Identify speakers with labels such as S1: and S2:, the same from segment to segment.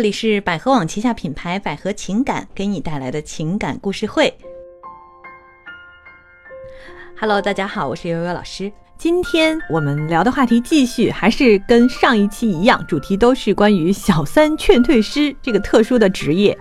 S1: 这里是百合网旗下品牌百合情感给你带来的情感故事会。Hello，大家好，我是悠悠老师。
S2: 今天我们聊的话题继续，还是跟上一期一样，主题都是关于小三劝退师这个特殊的职业。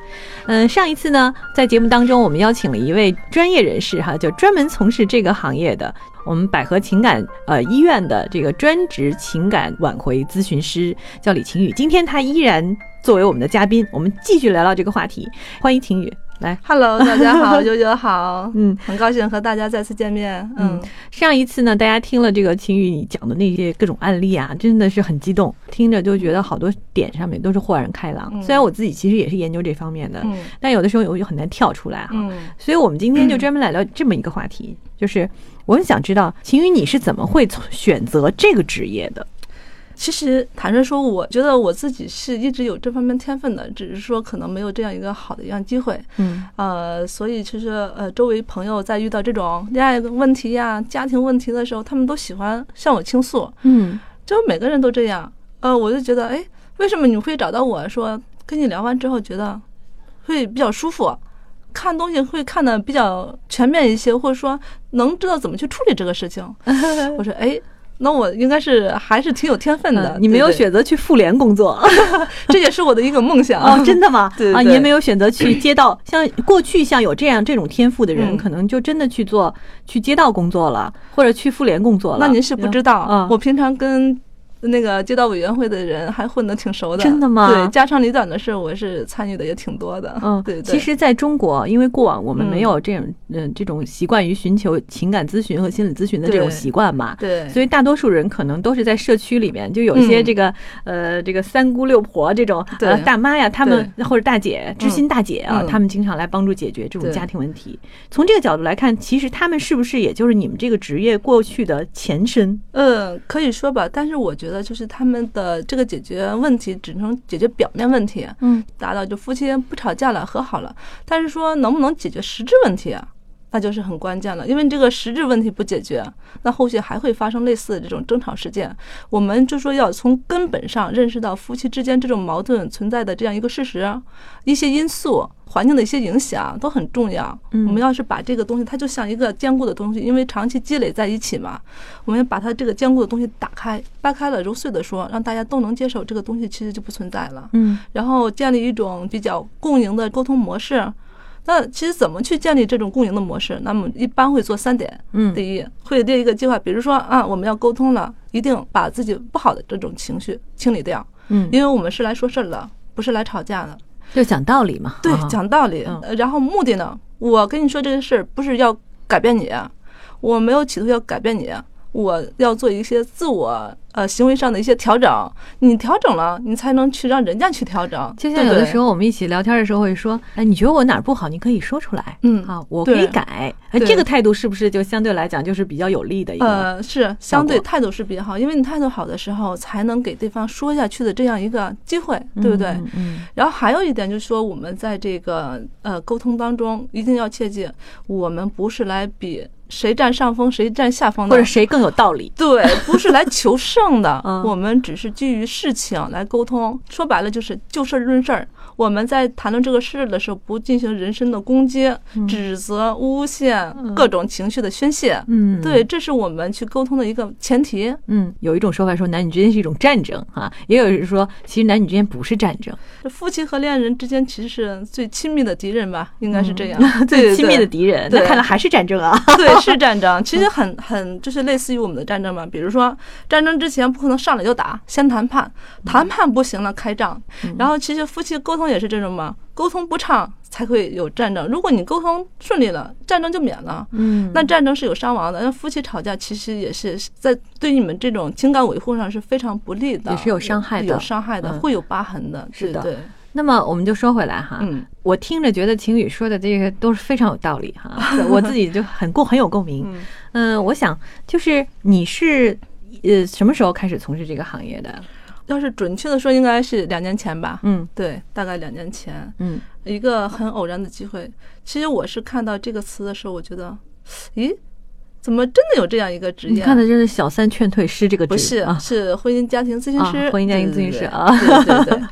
S2: 嗯，上一次呢，在节目当中，我们邀请了一位专业人士哈，就专门从事这个行业的，我们百合情感呃医院的这个专职情感挽回咨询师，叫李晴雨。今天她依然作为我们的嘉宾，我们继续聊聊这个话题。欢迎晴雨。来
S3: ，Hello，大 家好，悠悠好，嗯，很高兴和大家再次见面。嗯，
S2: 上一次呢，大家听了这个秦宇你讲的那些各种案例啊，真的是很激动，听着就觉得好多点上面都是豁然开朗。嗯、虽然我自己其实也是研究这方面的，嗯、但有的时候我就很难跳出来哈、啊。嗯、所以我们今天就专门来聊这么一个话题，就是我很想知道秦宇你是怎么会选择这个职业的。
S3: 其实，坦率说，我觉得我自己是一直有这方面天分的，只是说可能没有这样一个好的一样机会。嗯，呃，所以其实呃，周围朋友在遇到这种恋爱问题呀、家庭问题的时候，他们都喜欢向我倾诉。嗯，就每个人都这样。呃，我就觉得，哎，为什么你会找到我说跟你聊完之后觉得会比较舒服？看东西会看的比较全面一些，或者说能知道怎么去处理这个事情。 我说，哎。那我应该是还是挺有天分的，
S2: 嗯你没有选择去妇联工 作，
S3: 这也是我的一个梦想
S2: 哦，真的 吗？啊，你也没有选择去街道，像过去像有这样这种天赋的
S3: 嗯
S2: 人，可能就真的去做去街道工作了，或者去妇联工作了。
S3: 那您是不知
S2: 嗯
S3: 道，我平常跟那个街道委员会的人还混得挺熟的，
S2: 真的吗？
S3: 对，家长里短的事我是参与的也挺多的。嗯， 对。
S2: 其实，在中国，因为过往我们没有这种嗯这种习惯于寻求情感咨询和心理咨询的这种习惯嘛，
S3: 对，
S2: 所以大多数人可能都是在社区里面，就有一些这个呃这个三姑六婆这种呃大妈呀，他们或者大姐、知心大姐啊，他们经常来帮助解决这种家庭问题。从这个角度来看，其实他们是不是也就是你们这个职业过去的前身？
S3: 嗯，可以说吧，但是我觉得就是他们的这个解决问题只能解决表面问题，嗯，达到就夫妻不吵架了，和好了，但是说能不能解决实质问题啊？那就是很关键了，因为这个实质问题不解决，那后续还会发生类似的这种争吵事件。我们就说要从根本上认识到夫妻之间这种矛盾存在的这样一个事实，一些因素、环境的一些影响都很重要。嗯、我们要是把这个东西，它就像一个坚固的东西，因为长期积累在一起嘛，我们要把它这个坚固的东西打开、掰开了揉碎的说，让大家都能接受，这个东西其实就不存在了。嗯，然后建立一种比较共赢的沟通模式。那其实怎么去建立这种共赢的模式？那么一般会做三点。嗯，第一会列一个计划，比如说啊，我们要沟通了，一定把自己不好的这种情绪清理掉。嗯，因为我们是来说事儿的，不是来吵架的。
S2: 就讲道理嘛。啊
S3: 对，讲道理。然后目的呢？我跟你说这个事儿不是要改变你，我没有企图要改变你，我要做一些自我。呃，行为上的一些调整，你调整了，你才能去让人家去调整。
S2: 就像有的时候我们一起聊天的时候会说，哎，你觉得我哪儿不好，你可以说出来，嗯啊，我可以改。哎，这个态度是不是就相对来讲就是比较有利的一个？
S3: 呃，是相对态度是比较好，因为你态度好的时候，才能给对方说下去的这样一个机会，对不对？嗯。嗯然后还有一点就是说，我们在这个呃沟通当中，一定要切记，我们不是来比。谁占上风，谁占下风，
S2: 或者嗯谁更有道理？
S3: 对，不是来求胜的，我们只是基于事情来沟通。说白了就是就事论事儿。我们在谈论这个事的时候，不进行人身的攻击、
S2: 嗯
S3: 指责、诬陷、各种情绪的宣泄。嗯，对，这是我们去沟通的一个前提。
S2: 嗯，有一种说法说男女之间是一种战争啊，也有人说其实男女之间不是战 争，
S3: 夫妻和恋人之间其实是最亲密的敌人吧，应该是这 样，
S2: 嗯最亲密的嗯敌人。那看来还是战争 啊。
S3: 对。 是战争，其实很很就是类似于我们的战争嘛。比如说，战争之前不可能上来就打，先谈判，
S2: 嗯
S3: 谈判不行了开仗。然后其实夫妻沟通也是这种嘛，沟通不畅才会有战争。如果你沟通顺利了，战争就免了。嗯，那战争是有伤亡的。那夫妻吵架其实也是在对你们这种情感维护上是非常不利的，
S2: 也是有伤害的，
S3: 有伤害的，嗯、会有疤痕的。
S2: 是的。
S3: 对对
S2: 那么我们就说回来哈，嗯、我听着觉得晴雨说的这些都是非常有道理 哈，我自己就很共很有共鸣。嗯、呃，我想就是你是呃什么时候开始从事这个行业的？
S3: 要是准确的说，应该是两年前吧。嗯，对，大概两年前。嗯，一个很偶然的机会。其实我是看到这个词的时候，我觉得，咦，怎么真的有这样一个职
S2: 你
S3: 业啊？
S2: 看的就是小三劝退师这个职
S3: 不是
S2: 啊，
S3: 是婚姻家庭咨询
S2: 啊
S3: 师，
S2: 婚姻家庭咨询师
S3: 对
S2: 啊
S3: 对对对对，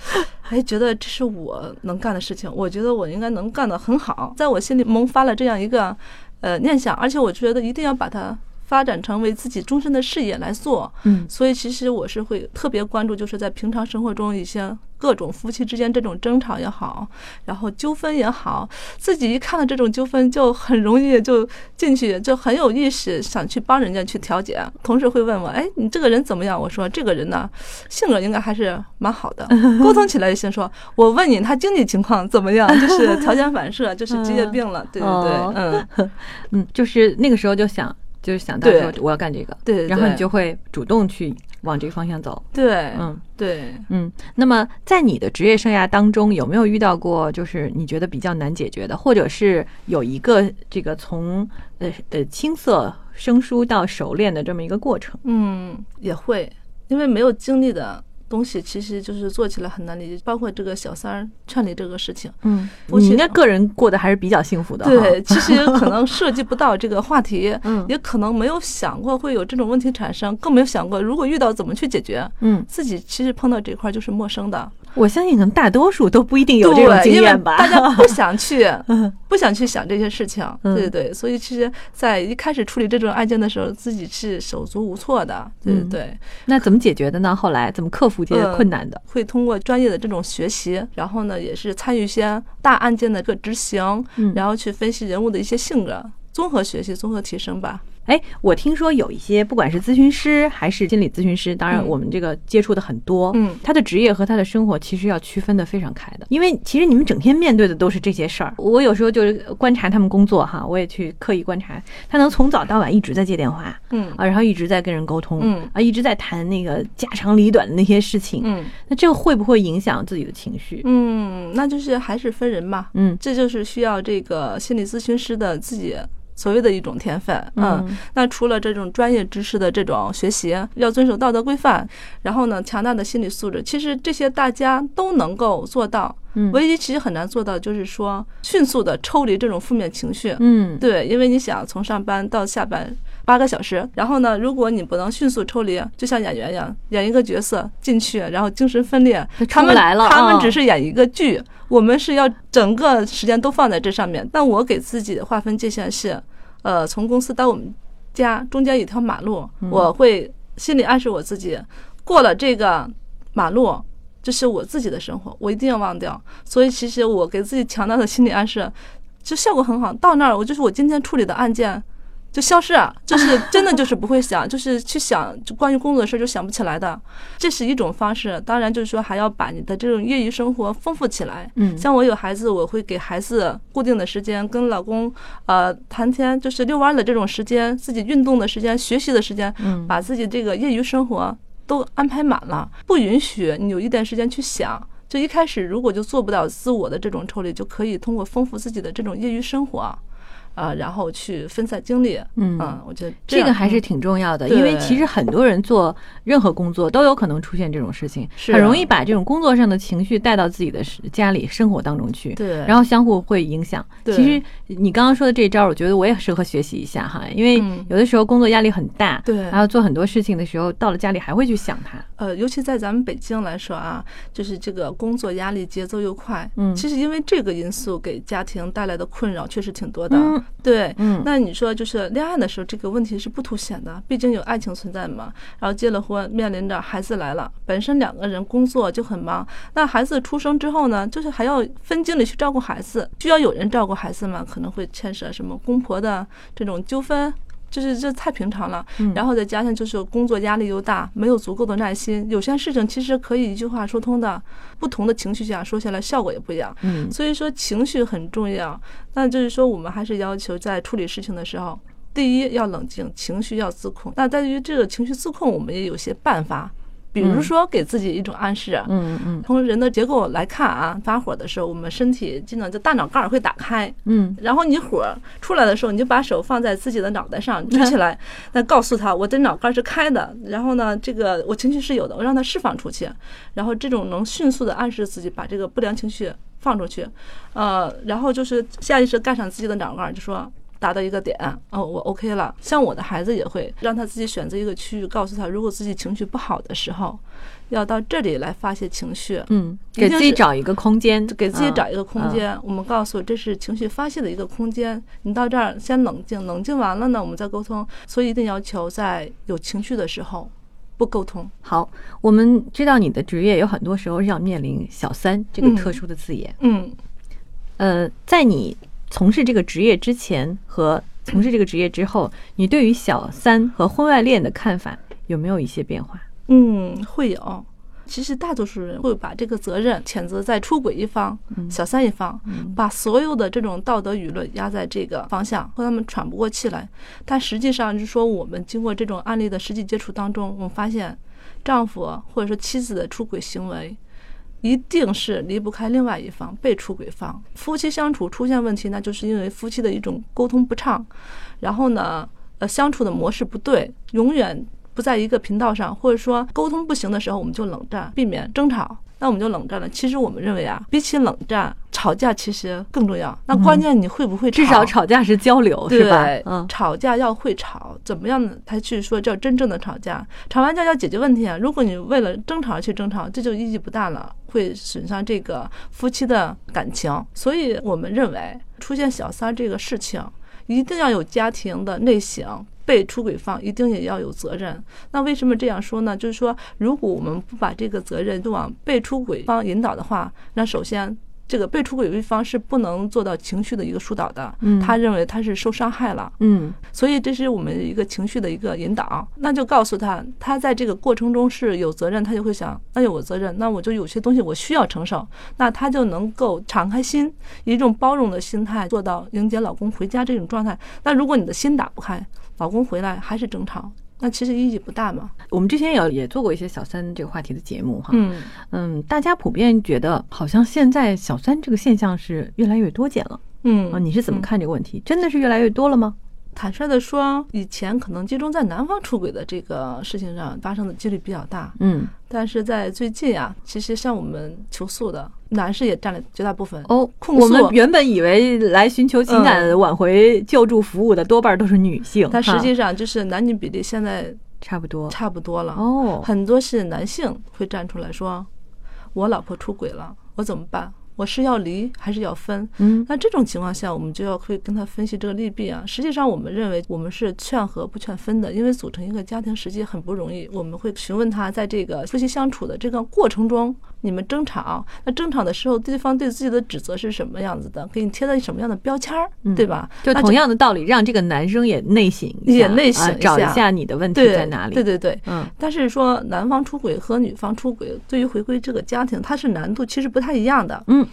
S3: 哎，觉得这是我能干的事情，我觉得我应该能干得很好，在我心里萌发了这样一个呃念想，而且我觉得一定要把它发展成为自己终身的事业来做，
S2: 嗯
S3: 所以其实我是会特别关注，就是在平常生活中一些各种夫妻之间这种争吵也好，然后纠纷也好，自己一看到这种纠纷就很容易就进去，就很有意识想去帮人家去调解。同事会问我，哎，你这个人怎么样？我说这个人呢，性格应该还是蛮好 的，沟通起来也行。说我问你他经济情况怎么样，就是 条件反射，就是职业病了，对对
S2: 哦
S3: 对，嗯，
S2: 嗯，就是那个时候就想，就是想到说
S3: 对
S2: 我要干这个，
S3: 对对
S2: 然后你就会主动去往这个方向走，
S3: 对，
S2: 嗯
S3: 对。
S2: 嗯。那么在你的职业生涯当中，有没有遇到过就是你觉得比较难解决的，或者是有一个这个从呃呃青涩生疏到熟练的这么一个过程？
S3: 嗯，也会，因为没有经历的东西，其实就是做起来很难理解，包括这个小三儿劝离这个事情。
S2: 嗯，
S3: 我
S2: 你
S3: 觉
S2: 应该
S3: 得
S2: 个人过得还是比较幸福的哈，，
S3: 对，其实可能涉及不到这个话题
S2: 嗯
S3: 也可能没有想过会有这种问题产生，更没有想过如果遇到怎么去解决。
S2: 嗯，
S3: 自己其实碰到这块儿就是陌生的，
S2: 我相信可能大多数都不一定有这种
S3: 对
S2: 经
S3: 因为
S2: 验吧，
S3: 大家不想去
S2: 嗯，
S3: 不想去想这些事情，
S2: 嗯
S3: 对对对。所以其实，在一开始处理这种案件的时候，自己是手足无措的，对对
S2: 嗯
S3: 对。
S2: 那怎么解决的呢？后来怎么克服这
S3: 嗯
S2: 些困难的？
S3: 会通过专业的这种学习，然后呢，也是参与一些大案件的一个执行，
S2: 嗯
S3: 然后去分析人物的一些性格，综合学习，综合提升吧。
S2: 哎，我听说有一些不管是咨询师还是心理咨询师，当然
S3: 嗯
S2: 我们这个接触的很多，
S3: 嗯
S2: 他的职业和他的生活其实要区分的非常开的，因为其实你们整天面对的都是这些事儿。我有时候就是观察他们工作哈，我也去刻意观察，他能从早到晚一直在接电话
S3: 嗯
S2: 啊，然后一直在跟人沟通，
S3: 嗯
S2: 啊，一直在谈那个家长里短的那些事情，
S3: 嗯
S2: 那这个会不会影响自己的情绪？
S3: 嗯，那就是还是分人嘛，
S2: 嗯
S3: 这就是需要这个心理咨询师的自己。所谓的一种天分，
S2: 嗯
S3: 那除了这种专业知识的这种学习，要遵守道德规范，然后呢，强大的心理素质，其实这些大家都能够做到。
S2: 嗯
S3: 唯一其实很难做到，就是说迅速的抽离这种负面情绪。
S2: 嗯，
S3: 对，因为你想从上班到下班八个小时，然后呢，如果你不能迅速抽离，就像演员一样演一个角色进去，然后精神分裂
S2: 就，出
S3: 他
S2: 不
S3: 们
S2: 来了
S3: 他
S2: 啊
S3: 们只是演一个剧，我们是要整个时间都放在这上面。但我给自己的划分界限是，呃，从公司到我们家中间有条马路，
S2: 嗯
S3: 我会心里暗示我自己，过了这个马路。这是我自己的生活，我一定要忘掉。所以，其实我给自己强大的心理暗示，就效果很好。到那儿，我就是我今天处理的案件就消失啊，就是真的就是不会想，就是去想就关于工作的事儿就想不起来的，这是一种方式。当然，就是说还要把你的这种业余生活丰富起来。
S2: 嗯
S3: 像我有孩子，我会给孩子固定的时间跟老公呃谈天，就是遛弯儿的这种时间，自己运动的时间，学习的时间，
S2: 嗯
S3: 把自己这个业余生活都安排满了，不允许你有一点时间去想。就一开始如果就做不到自我的这种抽离，就可以通过丰富自己的这种业余生活，啊、然后去分散精力。
S2: 嗯
S3: 嗯，我觉得
S2: 这
S3: 样
S2: 个还是
S3: 嗯
S2: 挺重要的，
S3: 对
S2: 因为其实很多人做任何工作都有可能出现这种事情，
S3: 是啊
S2: 很容易把这种工作上的情绪带到自己的是家里生活当中去，
S3: 对
S2: 然后相互会影响。
S3: 对
S2: 其实你刚刚说的这一招，我觉得我也适合学习一下哈，因为
S3: 嗯
S2: 有的时候工作压力很大，
S3: 对
S2: 然后做很多事情的时候，到了家里还会去想它。
S3: 呃，尤其在咱们北京来说啊，就是这个工作压力节奏又快，
S2: 嗯
S3: 其实因为这个因素给家庭带来的困扰确实挺多的，
S2: 嗯
S3: 对，
S2: 嗯
S3: 那你说就是恋爱的时候这个问题是不凸显的，毕竟有爱情存在嘛，然后结了婚，面临着孩子来了，本身两个人工作就很忙，那孩子出生之后呢，就是还要分精力去照顾孩子，需要有人照顾孩子嘛，可能会牵涉什么公婆的这种纠纷。就是这太平常了，然后再加上就是工作压力又大，没有足够的耐心，有些事情其实可以一句话说通的，不同的情绪下说下来效果也不一样。
S2: 嗯
S3: 所以说情绪很重要。那就是说，我们还是要求在处理事情的时候，第一要冷静，情绪要自控。那在于这个情绪自控，我们也有些办法，比如说给自己一种暗示。
S2: 嗯嗯
S3: 从人的结构来看啊，发火的时候，我们身体经常就大脑盖儿会打开，
S2: 嗯
S3: 然后你火出来的时候，你就把手放在自己的脑袋上举起来，那告诉他我的脑盖是开的，然后呢，这个我情绪是有的，我让它释放出去，然后这种能迅速的暗示自己把这个不良情绪放出去，呃，然后就是下意识盖上自己的脑盖，就说达到一个点，哦，我 OK 了。像我的孩子也会让他自己选择一个区域，告诉他，如果自己情绪不好的时候，要到这里来发泄情绪，
S2: 嗯，
S3: 一定
S2: 给自己
S3: 是
S2: 找一个空间，
S3: 给自己
S2: 嗯
S3: 找一个空间。我们告诉这是情绪发泄的一个空间，你到这儿先冷静，冷静完了呢，我们再沟通。所以一定要求在有情绪的时候不沟通。
S2: 好，我们知道你的职业有很多时候是要面临“小三”这个
S3: 嗯
S2: 特殊的字眼。
S3: 嗯，
S2: 呃，在你从事这个职业之前和从事这个职业之后，你对于“小三”和婚外恋的看法有没有一些变化？
S3: 嗯，会有。其实大多数人会把这个责任谴责在出轨一方、小三一方，把所有的这种道德舆论压在这个方向，让他们喘不过气来。但实际上，就是说我们经过这种案例的实际接触当中，我们发现，丈夫或者说妻子的出轨行为，一定是离不开另外一方被出轨方。夫妻相处出现问题，那就是因为夫妻的一种沟通不畅，然后呢，呃，相处的模式不对，永远不在一个频道上，或者说沟通不行的时候，我们就冷战，避免争吵。那我们就冷战了。其实我们认为啊，比起冷战，吵架其实更重要。那关键你会不会
S2: 嗯
S3: 吵？
S2: 至少吵架是交流，
S3: 对
S2: 是吧？嗯，
S3: 吵架要会吵，怎么样才去说叫真正的吵架？吵完架要解决问题啊！如果你为了争吵而去争吵，这就意义不大了，会损伤这个夫妻的感情。所以我们认为，出现小三儿这个事情，一定要有家庭的内省。被出轨方一定也要有责任。那为什么这样说呢？就是说，如果我们不把这个责任就往被出轨方引导的话，那首先这个被出轨一方是不能做到情绪的一个疏导的，
S2: 嗯
S3: 他认为他是受伤害了，
S2: 嗯，
S3: 所以这是我们一个情绪的一个引导。那就告诉他，他在这个过程中是有责任，他就会想，那有我责任，那我就有些东西我需要承受，那他就能够敞开心，以一种包容的心态做到迎接老公回家这种状态。那如果你的心打不开，老公回来还是争吵，那其实意义不大嘛。
S2: 我们之前有也做过一些“小三”这个话题的节目哈。
S3: 嗯，
S2: 嗯大家普遍觉得好像现在“小三”这个现象是越来越多见了
S3: 嗯
S2: 啊。你是怎么看这个问题？真的是越来越多了吗？
S3: 坦率的说，以前可能集中在男方出轨的这个事情上发生的几率比较大，
S2: 嗯，
S3: 但是在最近啊，其实像我们求诉的男士也占了绝大部分。
S2: 哦，
S3: 控诉嗯
S2: 我们原本以为来寻求情感挽回救助服务的多半都是女性，
S3: 但实
S2: 哈
S3: 际上就是男女比例现在
S2: 差不多。
S3: 差不多了，
S2: 哦，
S3: 很多是男性会站出来说：“我老婆出轨了，我怎么办？我是要离还是要分？”
S2: 嗯
S3: 那这种情况下，我们就要会跟他分析这个利弊啊。实际上，我们认为我们是劝和不劝分的，因为组成一个家庭实际很不容易。我们会询问他，在这个夫妻相处的这个过程中，你们争吵，那争吵的时候，对方对自己的指责是什么样子的，给你贴了什么样的标签儿，对
S2: 嗯
S3: 吧？
S2: 就
S3: 那
S2: 同样的道理，让这个男生也内省一下，
S3: 也内省
S2: 啊
S3: 一
S2: 找一
S3: 下
S2: 下你的问题
S3: 对
S2: 在哪里。
S3: 对对对，
S2: 嗯
S3: 但是说男方出轨和女方出轨，对于回归这个家庭，它是难度其实不太一样的。
S2: 嗯，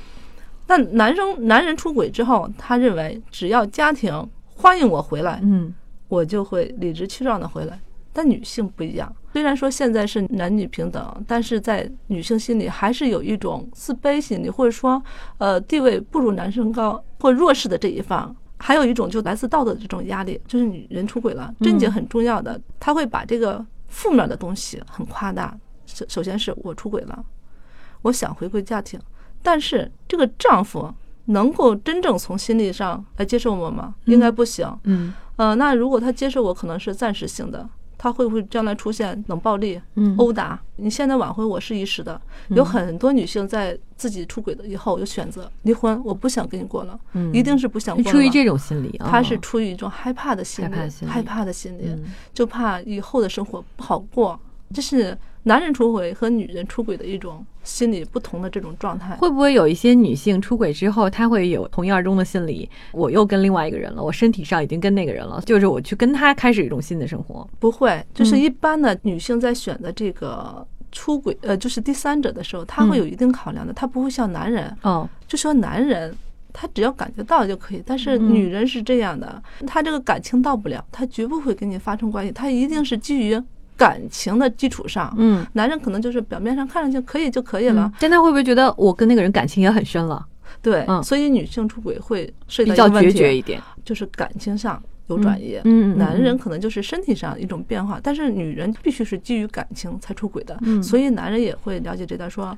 S3: 那男生男人出轨之后，他认为只要家庭欢迎我回来，
S2: 嗯
S3: 我就会理直气壮的回来。但女性不一样，虽然说现在是男女平等，但是在女性心里还是有一种自卑心理，或者说，呃，地位不如男生高或弱势的这一方。还有一种就来自道德的这种压力，就是女人出轨了，贞洁很重要的，他会把这个负面的东西很夸大。首首先是我出轨了，我想回归家庭，但是这个丈夫能够真正从心理上来接受我吗？应该不行。
S2: 嗯
S3: 呃，那如果他接受我，可能是暂时性的，他会不会将来出现冷暴力、
S2: 嗯
S3: 殴打？你现在挽回我是一时的，有很多女性在自己出轨了以后，有选择离婚，我不想跟你过了，
S2: 嗯
S3: 一定是不想过了。
S2: 出于这种心理啊，
S3: 她是出于一种害怕的心理，
S2: 害怕心理
S3: 害怕的心理，
S2: 嗯
S3: 就怕以后的生活不好过。这是男人出轨和女人出轨的一种心理不同的这种状态。
S2: 会不会有一些女性出轨之后，她会有同一而终的心理？我又跟另外一个人了，我身体上已经跟那个人了，就是我去跟他开始一种新的生活。
S3: 不会，
S2: 嗯
S3: 就是一般的女性在选择这个出轨，呃，就是第三者的时候，
S2: 嗯
S3: 她会有一定考量的，她不会像男人，
S2: 哦，
S3: 就说男人。他只要感觉到就可以，但是
S2: 嗯
S3: 女人是这样的，她这个感情到不了，她绝不会跟你发生关系，她一定是基于感情的基础上。
S2: 嗯，
S3: 男人可能就是表面上看上去可以就可以了，
S2: 但她会不会觉得我跟那个人感情也很深了，
S3: 对，
S2: 嗯
S3: 所以女性出轨会涉及
S2: 比
S3: 到
S2: 较
S3: 一个问
S2: 决
S3: 题
S2: 绝一点？
S3: 就是感情上有转移。
S2: 嗯，嗯
S3: 男人可能就是身体上一种变化，
S2: 嗯
S3: 但是女人必须是基于感情才出轨的，所以男人也会了解这段说，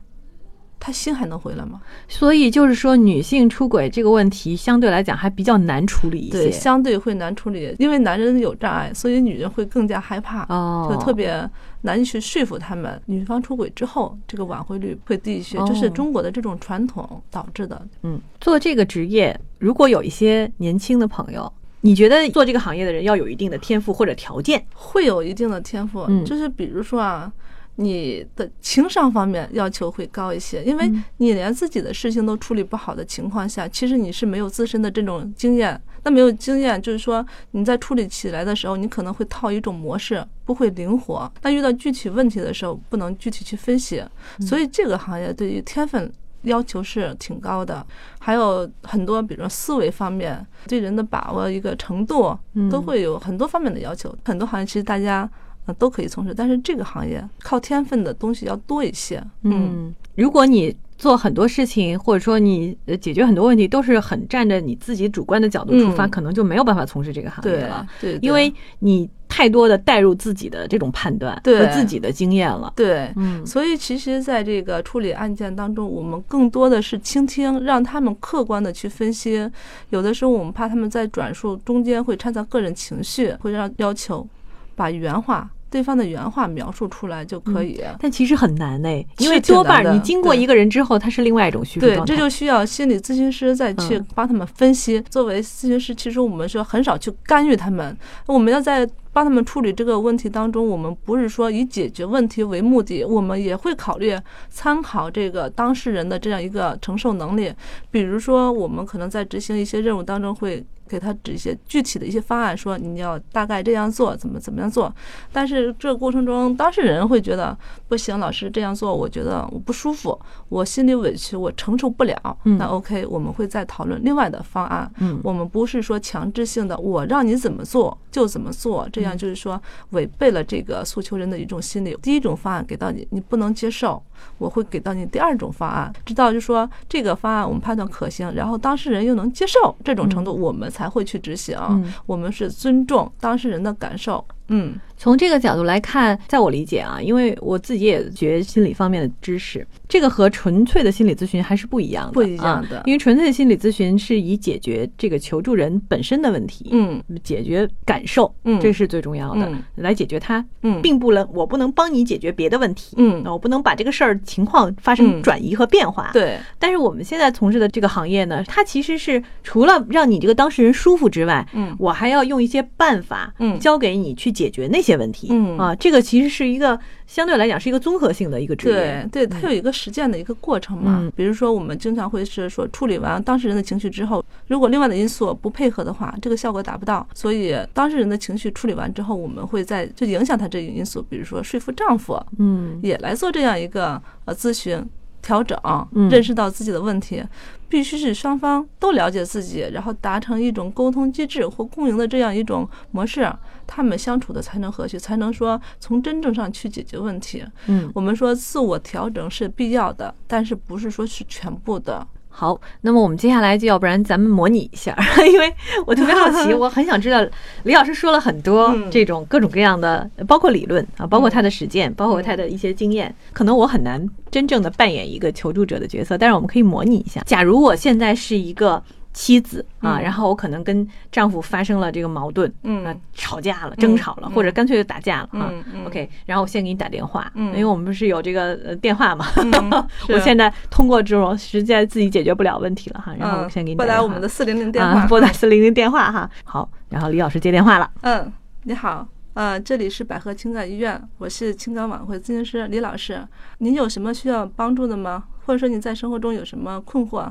S3: 他心还能回来吗？
S2: 所以就是说，女性出轨这个问题相对来讲还比较难处理一些。
S3: 对，相对会难处理，因为男人有障碍，所以女人会更加害怕，
S2: 哦，
S3: 就特别难去说服他们。女方出轨之后，这个挽回率会低一些，
S2: 哦
S3: 这是中国的这种传统导致的。
S2: 嗯，做这个职业，如果有一些年轻的朋友，你觉得做这个行业的人要有一定的天赋或者条件？
S3: 会有一定的天赋，
S2: 嗯
S3: 就是比如说啊，你的情商方面要求会高一些，因为
S2: 嗯
S3: 你连自己的事情都处理不好的情况下，其实你是没有自身的这种经验。那没有经验，就是说你在处理起来的时候，你可能会套一种模式，不会灵活。那遇到具体问题的时候，不能具体去分析，
S2: 嗯
S3: 所以这个行业对于天分。要求是挺高的，还有很多，比如说思维方面对人的把握一个程度，
S2: 嗯
S3: 都会有很多方面的要求。很多行业其实大家呃都可以从事，但是这个行业靠天分的东西要多一些。嗯，
S2: 嗯，如果你做很多事情，或者说你呃解决很多问题，都是很站着你自己主观的角度出发，
S3: 嗯
S2: 可能就没有办法从事这个行业
S3: 对
S2: 了，
S3: 对，对
S2: 因为你太多的带入自己的这种判断
S3: 对
S2: 和自己的经验了。
S3: 对。
S2: 嗯
S3: 所以，其实，在这个处理案件当中，我们更多的是倾听，让他们客观的去分析。有的时候，我们怕他们在转述中间会掺杂个人情绪，会让要求把原话对方的原话描述出来就可以。
S2: 但其实很难哎，
S3: 是
S2: 因为
S3: 挺
S2: 多
S3: 难的
S2: 半你经过
S3: 对
S2: 一个人之后，他是另外一种叙述
S3: 对
S2: 状态。，
S3: 这就需要心理咨询师再去
S2: 嗯
S3: 帮他们分析。作为咨询师，其实我们是很少去干预他们，我们要在帮他们处理这个问题当中，我们不是说以解决问题为目的，我们也会考虑参考这个当事人的这样一个承受能力。比如说，我们可能在执行一些任务当中会。给他指一些具体的一些方案，说你要大概这样做，怎么怎么样做。但是这个过程中，当事人会觉得不行，老师这样做，我觉得我不舒服，我心里委屈，我承受不了，
S2: 嗯
S3: 那 OK，我们会再讨论另外的方案。
S2: 嗯
S3: 我们不是说强制性的，我让你怎么做就怎么做，这样就是说违背了这个诉求人的一种心理。第一种方案给到你，你不能接受，我会给到你第二种方案，直到就说这个方案我们判断可行，然后当事人又能接受这种程度，我们才会去执行。
S2: 嗯
S3: 我们是尊重当事人的感受。嗯
S2: 从这个角度来看，在我理解啊，因为我自己也学心理方面的知识，这个和纯粹的心理咨询还是不一样的啊，
S3: 不一样的
S2: 因为纯粹的心理咨询是以解决这个求助人本身的问题，
S3: 嗯
S2: 解决感受，
S3: 嗯
S2: 这是最重要的，
S3: 嗯
S2: 来解决它，
S3: 嗯
S2: 并不能我不能帮你解决别的问题，啊
S3: 嗯
S2: 那我不能把这个事儿情况发生
S3: 嗯
S2: 转移和变化，。
S3: 对
S2: 但是我们现在从事的这个行业呢，它其实是除了让你这个当事人舒服之外，
S3: 嗯
S2: 我还要用一些办法，
S3: 嗯
S2: 教给你去解决那些问题，
S3: 嗯
S2: 啊，这个其实是一个相对来讲是一个综合性的一个职业，
S3: 对对，它有一个实践的一个过程嘛。
S2: 嗯
S3: 比如说，我们经常会是说，处理完当事人的情绪之后，如果另外的因素不配合的话，这个效果达不到。所以，当事人的情绪处理完之后，我们会在就影响他这个因素，比如说说服丈夫
S2: 嗯
S3: 也来做这样一个呃咨询。调整
S2: 嗯，
S3: 认识到自己的问题，必须是双方都了解自己，然后达成一种沟通机制或共赢的这样一种模式，他们相处的才能和谐，才能说从真正上去解决问题。
S2: 嗯。
S3: 我们说自我调整是必要的，但是不是说是全部的。
S2: 好，那么我们接下来就要不然咱们模拟一下， 因为我特别好 奇，我很想知道李老师说了很多
S3: 嗯
S2: 这种各种各样的，包括理论啊，包括他的实践，包括
S3: 嗯
S2: 他的一些经验。可能我很难真正的扮演一个求助者的角色，但是我们可以模拟一下。假如我现在是一个妻子啊，
S3: 嗯
S2: 然后我可能跟丈夫发生了这个矛盾，
S3: 嗯
S2: 啊，吵架了，争吵了，
S3: 嗯
S2: 或者干脆就打架了啊。
S3: 嗯嗯
S2: OK，然后我先给你打电话，
S3: 嗯
S2: 因为我们不是有这个呃电话嘛，
S3: 是啊
S2: 我现在通过这种实在自己解决不了问题了哈，然后我先给你
S3: 嗯拨
S2: 打
S3: 打
S2: 电
S3: 我
S2: 话
S3: 们的四零零电话。
S2: 啊，拨打四零零电话哈。好，然后李老师接电话了，
S3: 嗯，你好，呃，这里是百合情感医院，我是情感挽回咨询师李老师。您有什么需要帮助的吗？或者说你在生活中有什么困惑？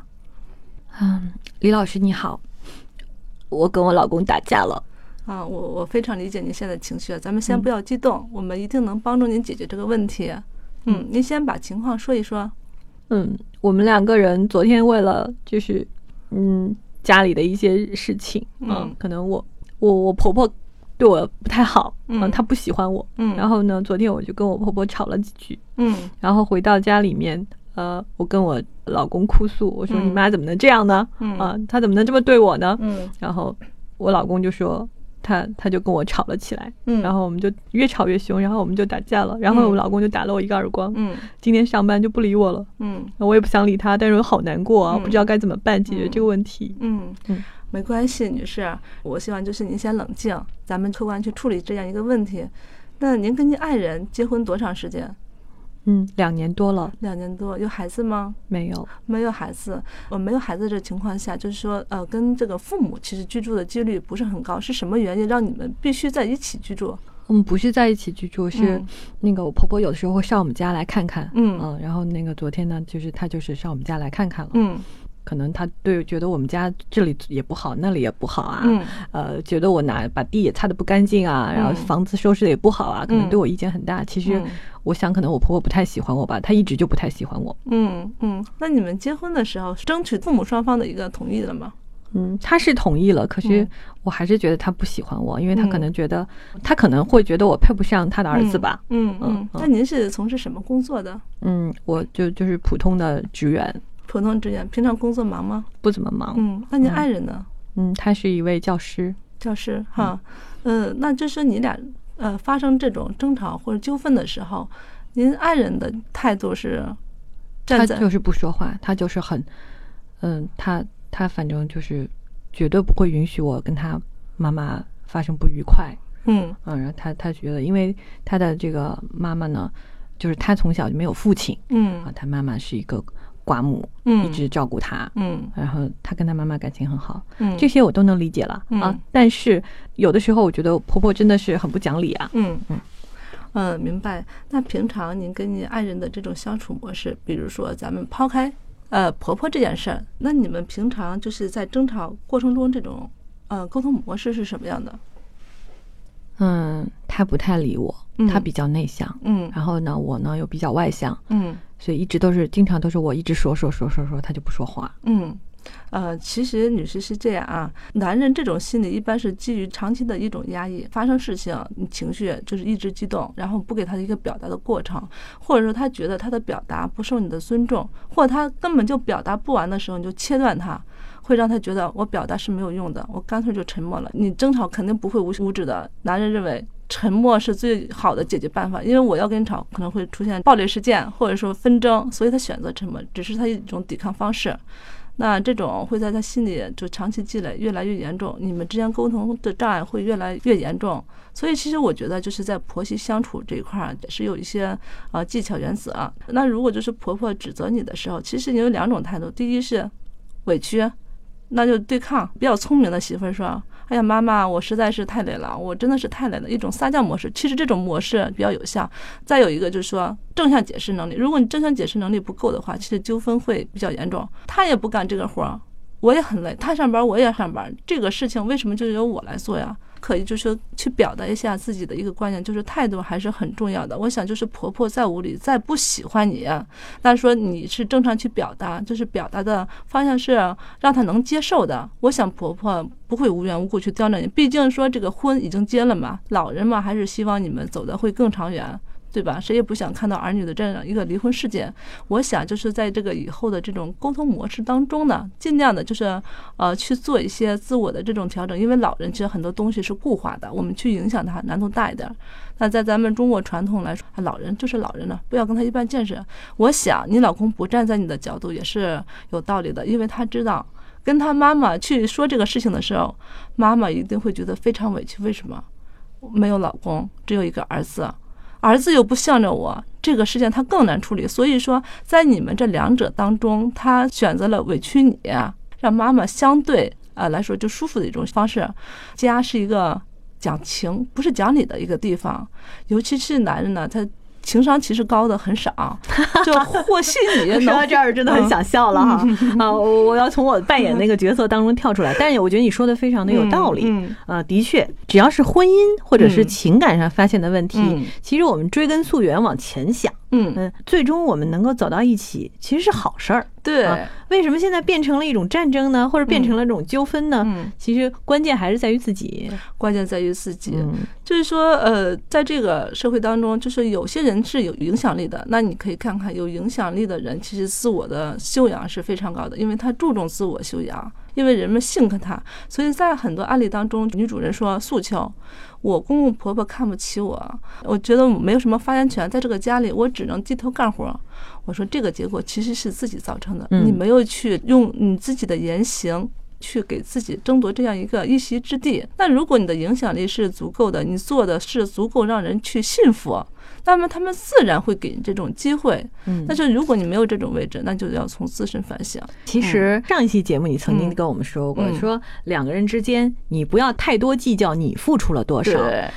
S2: 嗯，李老师你好，我跟我老公打架了，
S3: 啊，我我非常理解您现在情绪，咱们先不要激动，我们一定能帮助您解决这个问题。嗯，您先把情况说一说。
S2: 嗯，我们两个人昨天为了就是嗯家里的一些事情，
S3: 嗯
S2: 可能我我我婆婆对我不太好，
S3: 嗯
S2: 她不喜欢我，
S3: 嗯
S2: 然后呢，昨天我就跟我婆婆吵了几句，
S3: 嗯
S2: 然后回到家里面，呃，我跟我老公哭诉，我说
S3: 嗯
S2: 你妈怎么能这样呢？
S3: 嗯
S2: 啊，她怎么能这么对我呢？
S3: 嗯
S2: 然后我老公就说，他他就跟我吵了起来，
S3: 嗯
S2: 然后我们就越吵越凶，然后我们就打架了，然后我老公就打了我一个耳光，
S3: 嗯
S2: 今天上班就不理我了，
S3: 嗯
S2: 我也不想理他，但是我好难过啊，我不知道该怎么办解决这个问题。
S3: 嗯
S2: 嗯
S3: 没关系，女士，我希望就是您先冷静，咱们客观去处理这样一个问题。那您跟您爱人结婚多长时间？
S2: 嗯，两年多了
S3: 两年多，有孩子吗？
S2: 没有，
S3: 没有孩子，我没有孩子这情况下，就是说，呃，跟这个父母其实居住的几率不是很高，是什么原因让你们必须在一起居住？
S2: 我们不是在一起居住，是呃
S3: 嗯
S2: 那个我婆婆有的时候会上我们家来看看，
S3: 嗯
S2: 然后那个昨天呢，就是她就是上我们家来看看了，
S3: 嗯
S2: 可能她对觉得我们家这里也不好，那里也不好啊，
S3: 嗯
S2: 呃，觉得我哪把地也擦的不干净啊，然后
S3: 嗯
S2: 房子收拾的也不好啊，可能
S3: 嗯
S2: 对我意见很大。其实
S3: 嗯
S2: 我想，可能我婆婆不太喜欢我吧，她一直就不太喜欢我。
S3: 嗯嗯。那你们结婚的时候，争取父母双方的一个同意了吗？
S2: 嗯，她是同意了，可是
S3: 嗯
S2: 我还是觉得她不喜欢我，因为她可
S3: 嗯
S2: 能觉得，她可能会觉得我配不上她的儿子吧。
S3: 嗯
S2: 嗯
S3: 嗯
S2: 嗯。
S3: 那您是从事什么工作的？
S2: 嗯，我就就是普通的职员，
S3: 普通职员，平常工作忙吗？
S2: 不怎么忙。
S3: 嗯。那您
S2: 嗯
S3: 爱人呢？
S2: 嗯，他是一位教师。
S3: 教师哈，嗯，那就是说你俩呃发生这种争吵或者纠纷的时候，您爱人的态度是
S2: 他
S3: 站在
S2: 就是不说话，他就是很，嗯，他他反正就是绝对不会允许我跟他妈妈发生不愉快。
S3: 嗯
S2: 嗯，然后他他觉得，因为他的这个妈妈呢，就是他从小就没有父亲啊，
S3: 嗯
S2: 他妈妈是一个寡母，
S3: 嗯
S2: 一直照顾他。
S3: 嗯
S2: 然后他跟他妈妈感情很好，
S3: 嗯
S2: 这些我都能理解了、啊
S3: 嗯。
S2: 但是有的时候我觉得婆婆真的是很不讲理啊。
S3: 嗯
S2: 嗯
S3: 嗯，明白。那平常您跟您爱人的这种相处模式，比如说咱们抛开呃婆婆这件事儿，那你们平常就是在争吵过程中这种呃沟通模式是什么样的？
S2: 嗯，她不太理我，
S3: 嗯
S2: 她比较内向。
S3: 嗯
S2: 然后呢，我呢又比较外向，
S3: 嗯。
S2: 所以一直都是经常都是我一直说说说说说，她就不说话。
S3: 嗯，呃，其实女士是这样啊，男人这种心理一般是基于长期的一种压抑，发生事情你情绪就是一直激动，然后不给他一个表达的过程，或者说他觉得他的表达不受你的尊重，或者他根本就表达不完的时候，你就切断他。会让他觉得我表达是没有用的，我干脆就沉默了。你争吵肯定不会无休无止的。男人认为沉默是最好的解决办法，因为我要跟你吵，可能会出现暴力事件或者说纷争，所以他选择沉默，只是他一种抵抗方式。那这种会在他心里就长期积累，越来越严重，你们之间沟通的障碍会越来越严重。所以，其实我觉得就是在婆媳相处这一块儿也是有一些呃技巧原则、啊。那如果就是婆婆指责你的时候，其实你有两种态度，第一呃是委屈，那就对抗。比较聪明的媳妇儿说：“哎呀，妈妈，我实在是太累了，我真的是太累了。”一种撒娇模式，其实这种模式比较有效。再有一个就是说正向解释能力，如果你正向解释能力不够的话，其实纠纷会比较严重。他也不干这个活儿，我也很累，他上班我也上班，这个事情为什么就由我来做呀？可以就是说去表达一下自己的一个观点，就是态度还是很重要的。我想就是婆婆再无理，再不喜欢你，啊那说你是正常去表达，就是表达的方向是让她能接受的。我想婆婆不会无缘无故去刁难你，毕竟说这个婚已经结了嘛，老人嘛还是希望你们走的会更长远。对吧？谁也不想看到儿女的这样一个离婚事件。我想就是在这个以后的这种沟通模式当中呢，尽量的就是呃去做一些自我的这种调整，因为老人其实很多东西是固化的，我们去影响他难度大一点儿。那在咱们中国传统来说，啊老人就是老人了，不要跟他一般见识。我想你老公不站在你的角度也是有道理的，因为他知道。跟他妈妈去说这个事情的时候，妈妈一定会觉得非常委屈。为什么？没有老公，只有一个儿子，儿子又不向着我，这个事件他更难处理。所以说，在你们这两者当中，他选择了委屈你，让妈妈相对啊、呃来说就舒服的一种方式。家是一个讲情，不是讲理的一个地方，尤其是男人呢，他情商其实高的很少，就和稀泥
S2: 说
S3: 能
S2: 到这儿，真的很想笑了 哈！啊，我我要从我扮演那个角色当中跳出来，但是我觉得你说的非常的有道理。
S3: 嗯嗯
S2: 呃，的确，只要是婚姻或者是
S3: 嗯
S2: 情感上发现的问题，
S3: 嗯
S2: 其实我们追根溯源往前想，
S3: 嗯，
S2: 嗯，最终我们能够走到一起，其实是好事儿。
S3: 对，
S2: 啊为什么现在变成了一种战争呢？或者变成了一种纠纷呢？
S3: 嗯，
S2: 其实关键还是在于自己。
S3: 关键在于自己。
S2: 嗯
S3: 就是说，呃，在这个社会当中，就是有些人是有影响力的，那你可以看看有影响力的人，其实自我的修养是非常高的，因为他注重自我修养。因为人们信任他，所以在很多案例当中，女主人说诉求，我公公婆婆看不起我，我觉得我没有什么发言权，在这个家里我只能低头干活。我说这个结果其实是自己造成的，
S2: 嗯
S3: 你没有去用你自己的言行。去给自己争夺这样一个一席之地。那如果你的影响力是足够的，你做的是足够让人去信服，那么他们自然会给你这种机会。
S2: 嗯
S3: 但是如果你没有这种位置，那就要从自身反省。
S2: 其实上一期节目你曾经
S3: 嗯
S2: 跟我们说过，
S3: 嗯
S2: 说两个人之间你不要太多计较你付出了多少，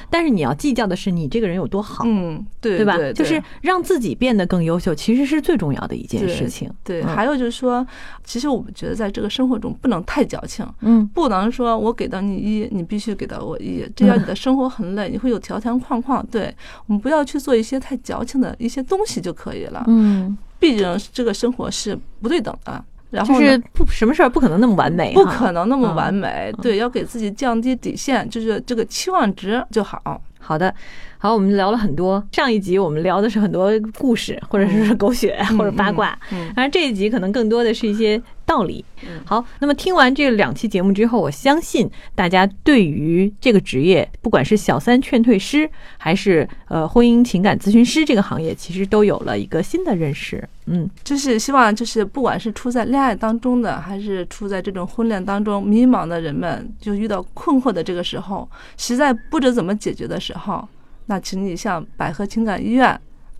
S2: 但是你要计较的是你这个人有多好，
S3: 嗯，对
S2: 对吧？
S3: 对
S2: 就是让自己变得更优秀，其实是最重要的一件
S3: 对
S2: 事情。
S3: 对。
S2: 嗯
S3: 还有就是说，其实我们觉得在这个生活中不能太矫情，
S2: 嗯
S3: 不能说我给到你一，你必须给到我一，这样你的生活很累，你会有条条框框。
S2: 嗯
S3: 对我们不要去做一些太矫情的一些东西就可以了，
S2: 嗯，
S3: 毕竟这个生活是不对等的。然后
S2: 就
S3: 呢
S2: 是不什么事儿不可能那么完美，
S3: 不
S2: 哈
S3: 可能那么
S2: 嗯
S3: 完美，对，要给自己降低底线，就是这个期望值就好。
S2: 好的，好，我们聊了很多。上一集我们聊的是很多故事，或者是狗血， 或者八卦。
S3: 嗯
S2: 当然这一集可能更多的是一些道理
S3: 嗯。
S2: 好，那么听完这两期节目之后，我相信大家对于这个职业，不管是小三劝退师，还是呃婚姻情感咨询师这个行业，其实都有了一个新的认识。嗯，
S3: 就是希望，就是不管是处在恋爱当中的，还是处在这种婚恋当中迷茫的人们，就遇到困惑的这个时候，实在不知怎么解决的时候，那请你向百合情感医院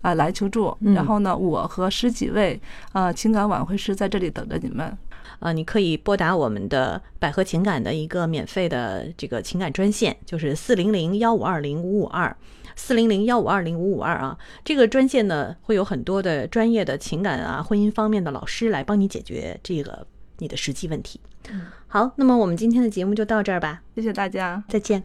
S3: 啊、来求助。
S2: 嗯
S3: 然后呢，我和十几位啊情感挽回师在这里等着你们。
S1: 呃，你可以拨打我们的百合情感的一个免费的这个情感专线，就是四零零幺五二零五五二。四零零幺五二零五五二啊，这个专线呢会有很多的专业的情感啊、婚姻方面的老师来帮你解决这个你的实际问题。好，那么我们今天的节目就到这儿吧，
S3: 谢谢大家。
S1: 再见。